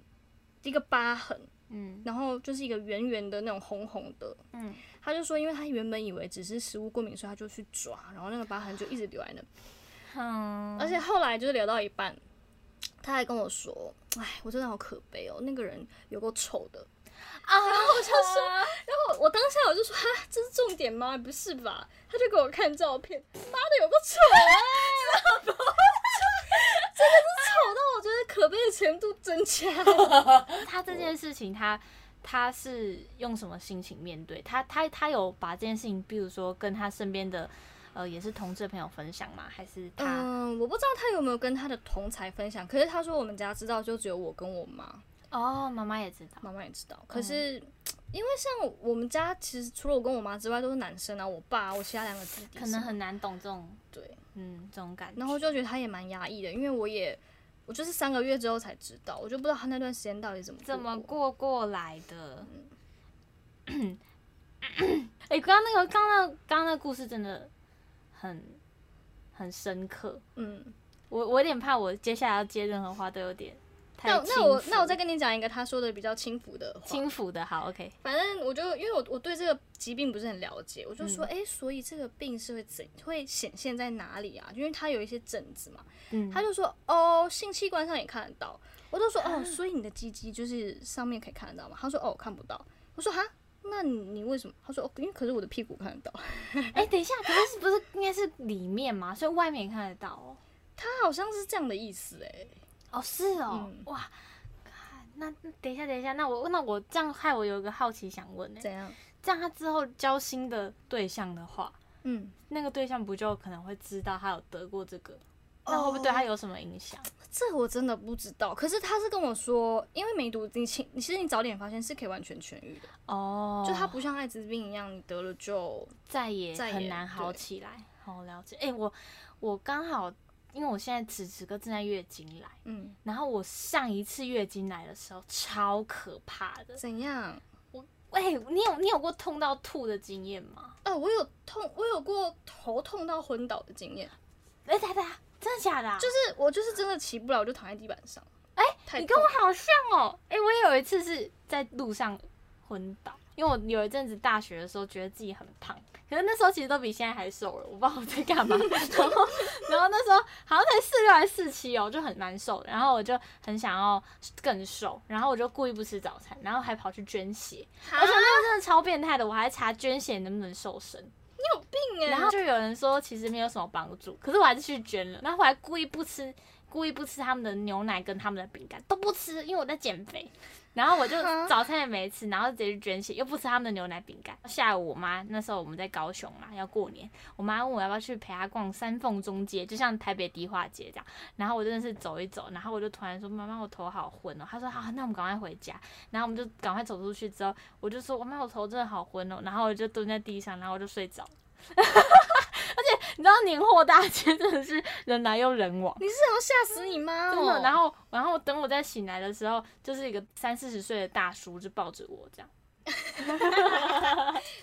Speaker 3: 一个疤痕，
Speaker 2: 嗯
Speaker 3: 然后就是一个圆圆的那种红红的。
Speaker 2: 嗯，
Speaker 3: 他就说，因为他原本以为只是食物过敏，所以他就去抓，然后那个疤痕就一直留在那边。
Speaker 2: 嗯
Speaker 3: 而且后来就是聊到一半，他还跟我说：“哎，我真的好可悲哦，那个人有够丑的。
Speaker 2: 啊，然后我就 说，
Speaker 3: 我”我当下我就说：“哈，这是重点吗？不是吧？”他就给我看照片，妈的，有个丑哎、 知道吗？真的是丑到我觉得可悲的程度增加。
Speaker 2: 他这件事情他，他是用什么心情面对？他他他有把这件事情，比如说跟他身边的呃也是同志的朋友分享吗？还是他、
Speaker 3: 嗯，我不知道他有没有跟他的同才分享，可是他说我们家知道就只有我跟我妈，
Speaker 2: 哦，妈妈也知道，
Speaker 3: 妈妈也知道。可是、
Speaker 2: 嗯
Speaker 3: 因为像我们家其实除了我跟我妈之外都是男生啊，我爸，我其他两个弟
Speaker 2: 可
Speaker 3: 弟
Speaker 2: 能
Speaker 3: 什么
Speaker 2: 很难懂这种
Speaker 3: 对。
Speaker 2: 嗯这种感觉。
Speaker 3: 然后就觉得他也蛮压抑的，因为我也我就是三个月之后才知道，我就不知道他那段时间到底怎么
Speaker 2: 怎么过
Speaker 3: 过。
Speaker 2: 过来的？
Speaker 3: 嗯
Speaker 2: 哎、刚刚那个，刚刚那刚刚那个故事真的很很深刻，
Speaker 3: 嗯，
Speaker 2: 我我有点怕，我接下来要接任何话都有点太
Speaker 3: 那那我
Speaker 2: 轻浮
Speaker 3: 那我再跟你讲一个他说的比较轻浮的话。
Speaker 2: 轻浮的好，OK，
Speaker 3: 反正我就因为我我对这个疾病不是很了解，我就说，
Speaker 2: 嗯
Speaker 3: 哎、所以这个病是会怎会显现在哪里啊？因为他有一些疹子嘛，
Speaker 2: 嗯，
Speaker 3: 他就说，哦，性器官上也看得到。我就说，哦，所以你的鸡鸡就是上面可以看得到吗？他说，哦，看不到。我说，哈，那你你为什么？他说，哦，因为可是我的屁股看得到。
Speaker 2: 哎、等一下，可是不是应该是里面嘛，所以外面也看得到哦。
Speaker 3: 他好像是这样的意思、诶。哎。
Speaker 2: 哦，是哦，
Speaker 3: 嗯
Speaker 2: 哇，看那那等一下，等一下，那我那我这样害我有一个好奇想问呢、
Speaker 3: 怎样？
Speaker 2: 这样他之后交新的对象的话，
Speaker 3: 嗯，
Speaker 2: 那个对象不就可能会知道他有得过这个？那会不会对他有什么影响？
Speaker 3: 这我真的不知道。可是他是跟我说，因为梅毒，你其你其实你早点发现是可以完全痊愈的，
Speaker 2: 哦，
Speaker 3: 就它不像艾滋病一样，你得了就
Speaker 2: 再也
Speaker 3: 再也
Speaker 2: 很难好起来。好了解，哎、我我刚好，因为我现在此时此刻正在月经来，
Speaker 3: 嗯
Speaker 2: 然后我上一次月经来的时候超可怕的。
Speaker 3: 怎样？
Speaker 2: 喂、你有你有过痛到吐的经验吗？
Speaker 3: 哦，我有痛，我有过头痛到昏倒的经验，
Speaker 2: 哎、等一下等一下，真的假的、啊？
Speaker 3: 就
Speaker 2: 就是
Speaker 3: 我就是真的起不来，我就躺在地板上。
Speaker 2: 哎
Speaker 3: 太
Speaker 2: 你
Speaker 3: 痛
Speaker 2: 跟我好像哦。哎、我也有一次是在路上昏倒，因为我有一阵子大学的时候觉得自己很胖，可是那时候其实都比现在还瘦了，我不知道我在干 嘛。然后然后那时候好像才四六还是四七哦，就很难受。然后我就很想要更瘦，然后我就故意不吃早餐，然后还跑去捐血，而且那个真的超变态的，我还查捐血能不能瘦身。
Speaker 3: 病哎、
Speaker 2: 然后就有人说其实没有什么帮助，可是我还是去捐了，然后我还故意不吃，故意不吃他们的牛奶跟他们的饼干都不吃，因为我在减肥。然后我就
Speaker 3: 啊
Speaker 2: 早餐也没吃，然后直接去捐血，又不吃他们的牛奶饼干。下午我妈那时候我们在高雄嘛，要过年，我妈问我要不要去陪她逛三凤中街，就像台北迪化街这样。然后我真的是走一走，然后我就突然说：“妈妈，我头好昏哦。”她说：“好、那我们赶快回家。”然后我们就赶快走出去之后，我就说：“妈妈，我头真的好昏哦。”然后我就蹲在地上，然后我就睡着了。 而且你知道年货大街真的是人来又人往。
Speaker 3: 你是想要吓死你妈、哦？
Speaker 2: 真的， 然后然后等我再醒来的时候，就是一个三四十岁的大叔就抱着我这样，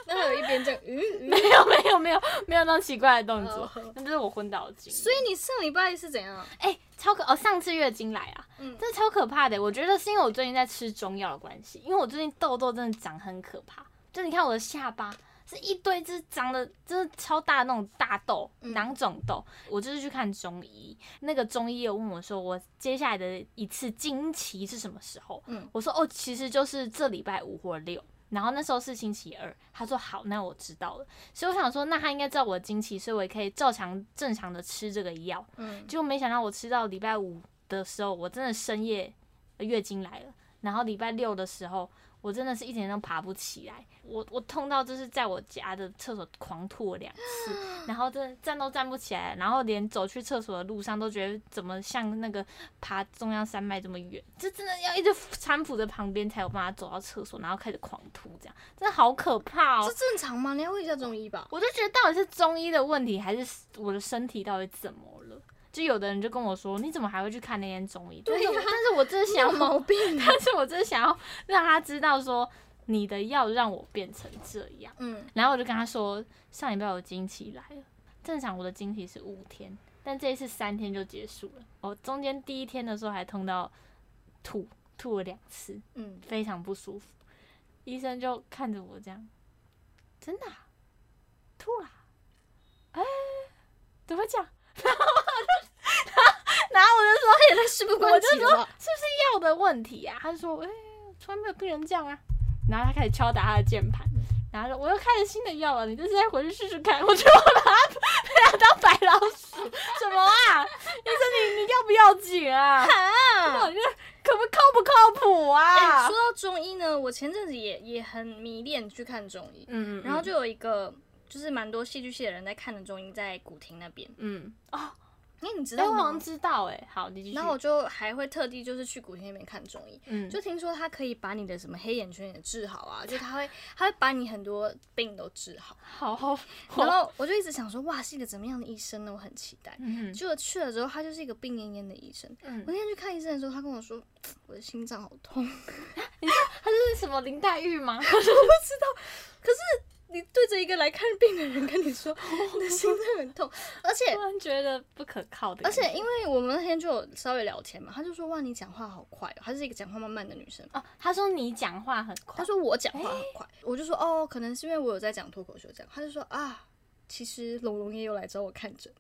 Speaker 3: 那还有一边这样，嗯嗯。
Speaker 2: 没有没有没有没有那种奇怪的动作
Speaker 3: 哦，
Speaker 2: 那就是我昏倒的经历。
Speaker 3: 所以你上礼拜是怎样？
Speaker 2: 哎、超可哦，上次月经来啊，
Speaker 3: 嗯
Speaker 2: 真的超可怕的。我觉得是因为我最近在吃中药的关系，因为我最近痘痘真的长很可怕，就你看我的下巴是一堆，就是长得真的超大的那种大痘，
Speaker 3: 嗯
Speaker 2: 囊肿痘。我就是去看中医，那个中医有问我说，我接下来的一次经期是什么时候？
Speaker 3: 嗯
Speaker 2: 我说哦，其实就是这礼拜五或六。然后那时候是星期二，他说好，那我知道了。所以我想说，那他应该知道我的经期，所以我也可以照常正常的吃这个药。
Speaker 3: 嗯，
Speaker 2: 结果没想到我吃到礼拜五的时候，我真的深夜呃月经来了，然后礼拜六的时候，我真的是一点都爬不起来，我我痛到就是在我家的厕所狂吐了两次，然后真的站都站不起来，然后连走去厕所的路上都觉得怎么像那个爬中央山脉这么远，这真的要一直搀扶着旁边才有办法走到厕所，然后开始狂吐，这样真的好可怕
Speaker 3: 这
Speaker 2: 哦。
Speaker 3: 嗯正常吗？你要问一下中医吧。
Speaker 2: 我就觉得到底是中医的问题，还是我的身体到底怎么了？就有的人就跟我说，你怎么还会去看那 间中医？但是我，但是我真的
Speaker 3: 啊你
Speaker 2: 想
Speaker 3: 有
Speaker 2: 要，
Speaker 3: 毛病啊。
Speaker 2: 但是我真的想要让他知道说，你的药让我变成这样。
Speaker 3: 嗯，
Speaker 2: 然后我就跟他说，上礼拜我经期来了，正常我的经期是五天，但这一次三天就结束了。我中间第一天的时候还痛到吐，吐了两次，
Speaker 3: 嗯，
Speaker 2: 非常不舒服。医生就看着我这样，真的啊、吐了啊，哎，怎么讲？ 然后我就说
Speaker 3: 眼泪事不关己了。
Speaker 2: 药的问题啊，他就说，哎、从来没有病人这样啊。然后他开始敲打他的键盘，然后他说我又开了新的药了，你这次再回去试试看。 我觉得我把他把他当白老鼠，什么啊？医生你你要不要紧啊？
Speaker 3: 啊
Speaker 2: 我觉得可不靠不靠谱啊？
Speaker 3: 哎说到中医呢，我前阵子也也很迷恋去看中医，
Speaker 2: 嗯
Speaker 3: 然后就有一个就是蛮多戏剧系的人在看的中医，在古亭那边，
Speaker 2: 嗯，
Speaker 3: 因为你知
Speaker 2: 哎、
Speaker 3: 道
Speaker 2: 我好
Speaker 3: 吗
Speaker 2: 像？知道哎、好，你继续。
Speaker 3: 然后我就还会特地就是去古亭那边看中医，
Speaker 2: 嗯，
Speaker 3: 就听说他可以把你的什么黑眼圈也治好啊，就他会他会把你很多病都治好。
Speaker 2: 好好，
Speaker 3: 然后我就一直想说，哇，是一个怎么样的医生呢？我很期待。
Speaker 2: 嗯
Speaker 3: 结果去了之后，他就是一个病恹恹的医生。
Speaker 2: 嗯
Speaker 3: 我那天去看医生的时候，他跟我说，我的心脏好痛。
Speaker 2: 他是什么林黛玉吗？
Speaker 3: 你对着一个来看病的人跟你说，你的心脏很痛，而且
Speaker 2: 突然觉得不可靠的
Speaker 3: 而
Speaker 2: 感觉，
Speaker 3: 且因为我们那天就有稍微聊天嘛，他就说，哇，你讲话好快哦。她是一个讲话慢慢的女生。
Speaker 2: 哦，他说你讲话很快
Speaker 3: 他，说我讲话
Speaker 2: 哎
Speaker 3: 很快，我就说哦，可能是因为我有在讲脱口秀这样。他就说啊，其实龙龙也有来找我看诊。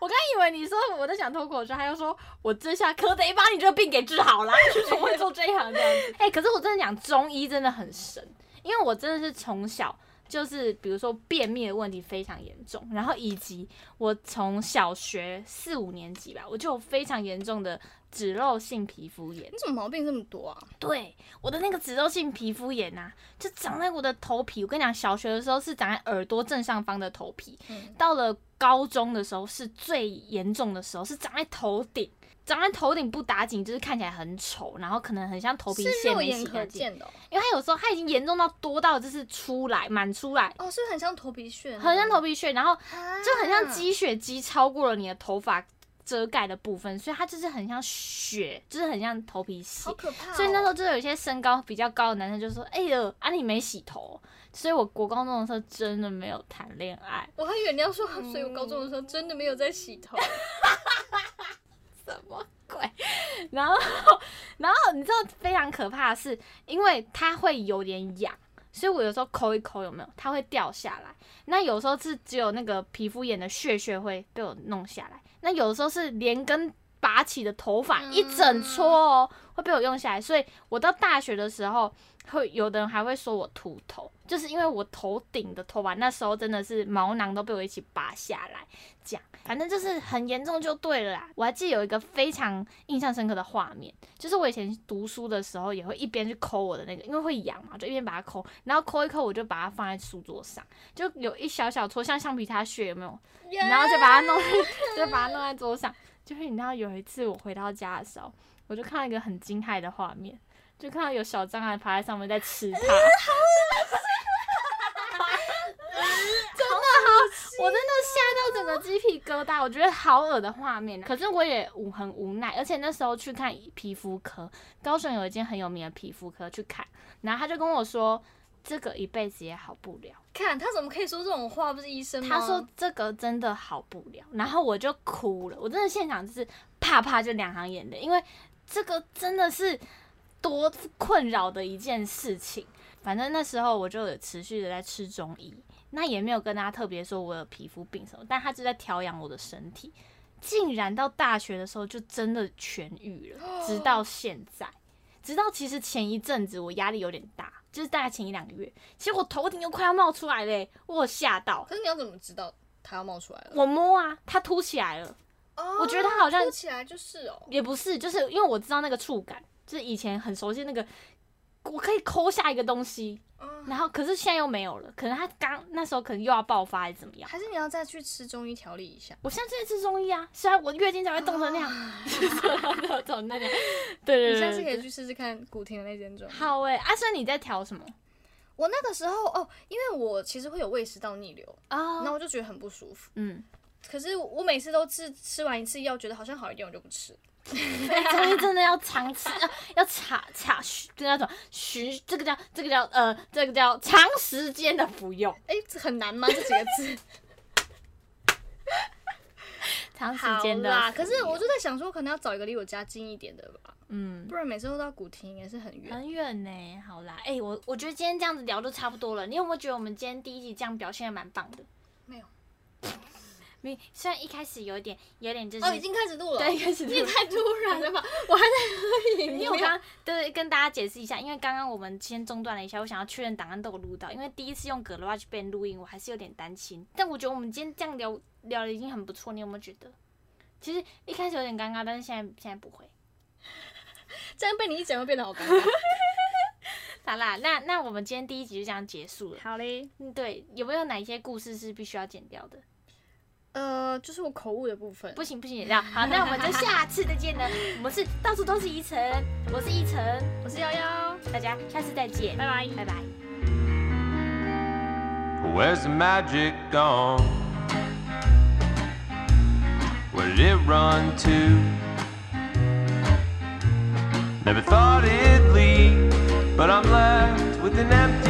Speaker 2: 我刚以为你说我在想脱口秀，他又说我这下可得把你这个病给治好啦，就是我会做这一行这样 子。哎、可是我真的讲中医真的很神，因为我真的是从小就是比如说便秘的问题非常严重，然后以及我从小学四五年级吧，我就有非常严重的脂漏性皮肤炎。
Speaker 3: 你怎么毛病这么多啊？
Speaker 2: 对，我的那个脂漏性皮肤炎啊，就长在我的头皮。我跟你讲，小学的时候是长在耳朵正上方的头皮，
Speaker 3: 嗯
Speaker 2: 到了高中的时候是最严重的时候，是长在头顶。长在头顶不打紧，就是看起来很丑，然后可能很像头皮
Speaker 3: 是
Speaker 2: 屑
Speaker 3: 肉
Speaker 2: 没
Speaker 3: 眼
Speaker 2: 洗
Speaker 3: 可
Speaker 2: 干净。
Speaker 3: 见的哦，
Speaker 2: 因为它有时候它已经严重到多到就是出来满出来，
Speaker 3: 哦，是不是很像头皮屑？啊
Speaker 2: 很像头，皮屑，然后就
Speaker 3: 就
Speaker 2: 很像。积雪积超过了你的头发遮盖的部分，所以它就是很像雪，就是很像头皮屑
Speaker 3: 好。可怕哦！
Speaker 2: 所以那时候就有一些身高比较高的男生就说：“哎呦，啊你没洗头。”所以我国高中的时候真的没有谈恋爱。
Speaker 3: 我还以为你要说，
Speaker 2: 嗯
Speaker 3: 所以我高中的时候真的没有在洗头。
Speaker 2: 什么鬼？ 然后，然后你知道非常可怕的是，因为它会有点痒，所以我有时候抠一抠有没有，它会掉下来。那有时候是只有那个皮肤炎的屑屑会被我弄下来，那有时候是连根拔起的头发
Speaker 3: 嗯
Speaker 2: 一整撮哦、会被我用下来。所以我到大学的时候，会有的人还会说我秃头，就是因为我头顶的头发那时候真的是毛囊都被我一起拔下来。讲，反正就是很严重就对了啦。我还记得有一个非常印象深刻的画面，就是我以前读书的时候也会一边去抠我的那个，因为会痒嘛，就一边把它抠，然后抠一抠我就把它放在书桌上，就有一小小撮像橡皮擦屑有没有？ 然后就把它弄，就把它弄在桌上。就是你知道有一次我回到家的时候，我就看到一个很惊骇的画面，就看到有小蟑螂爬在上面在吃它。啊我真的吓到整个鸡皮疙瘩，我觉得好恶的画面、啊。可是我也无很无奈，而且那时候去看皮肤科，高雄有一间很有名的皮肤科去看，然后他就跟我说，这个一辈子也好不了。
Speaker 3: 看他怎么可以说这种话？不是医生吗？
Speaker 2: 他说这个真的好不了，然后我就哭了，我真的现场就是啪啪就两行眼泪，因为这个真的是多困扰的一件事情。反正那时候我就有持续的在吃中医，那也没有跟大家特别说我有皮肤病什么，但他就在调养我的身体，竟然到大学的时候就真的痊愈 了，直到现在，直到其实前一阵子我压力有点大，就是大概前一两个月，其实我头顶又快要冒出来嘞、我有吓到，
Speaker 3: 可是你要怎么知道他要冒出来了？
Speaker 2: 我摸啊，它凸起来了，
Speaker 3: 哦
Speaker 2: 我觉得他好像
Speaker 3: 哭起来就是哦，
Speaker 2: 也不是，就是因为我知道那个触感，就是以前很熟悉那个，我可以抠下一个东西，
Speaker 3: 嗯
Speaker 2: 然后可是现在又没有了，可能它刚那时候可能又要爆发还是怎么样。
Speaker 3: 还是你要再去吃中医调理一下。
Speaker 2: 我现在正在吃中医啊，虽然我月经才会冻成那样，冻成那样。对对
Speaker 3: 哦
Speaker 2: 对，
Speaker 3: 你下次可以
Speaker 2: 呃对
Speaker 3: 去试试看古亭的那间中医。
Speaker 2: 好哎、阿生你在调什么？
Speaker 3: 我那个时候哦，因为我其实会有胃食道逆流，
Speaker 2: 哦
Speaker 3: 那我就觉得很不舒服。
Speaker 2: 嗯，
Speaker 3: 可是我每次都吃吃完一次药，觉得好像好一点，我就不吃。
Speaker 2: 这东西真的要长吃，要要查查需，这叫什么？需这个叫这个叫呃，这个叫长时间的服用，
Speaker 3: 哎、这很难吗？这几个 字？
Speaker 2: 长时
Speaker 3: 好
Speaker 2: 间的服
Speaker 3: 啦，
Speaker 2: 用。
Speaker 3: 可是我就在想说，可能要找一个离我家近一点的吧，
Speaker 2: 嗯，
Speaker 3: 不然每次都到古亭也是很远。
Speaker 2: 很远呢、好啦，哎、我我觉得今天这样子聊就差不多了。你有没有觉得我们今天第一集这样表现的蛮棒的？
Speaker 3: 没有，
Speaker 2: 没，虽然一开始有一点有点就是、
Speaker 3: 哦，已经开始录了。
Speaker 2: 对，一开始
Speaker 3: 你也太突然了吧！我还在喝饮
Speaker 2: 因为我
Speaker 3: 料。
Speaker 2: 刚对跟大家解释一下，因为刚刚我们先中断了一下，我想要确认档案都有录到，因为第一次用 Garage Band 录音，我还是有点担心。但我觉得我们今天这样聊聊的已经很不错，你有没有觉得？其实一开始有点尴尬，但是现在现在不会。
Speaker 3: 这样被你一讲，会变得好尴尬。
Speaker 2: 好啦，那那我们今天第一集就这样结束了。
Speaker 3: 好嘞，
Speaker 2: 嗯，对，有没有哪一些故事是必须要剪掉的？
Speaker 3: 呃，就是我口误的部分。
Speaker 2: 不行不行，剪掉。好，那我们就下次再见了。我们是到处都是依晨，我是依晨，
Speaker 3: 我是瑶瑶，
Speaker 2: 大家下次再见，
Speaker 3: 拜拜。
Speaker 2: 拜拜。
Speaker 5: Where's the magic gone? Where did it run to? Never thought it'd leave, but I'm left with an empty.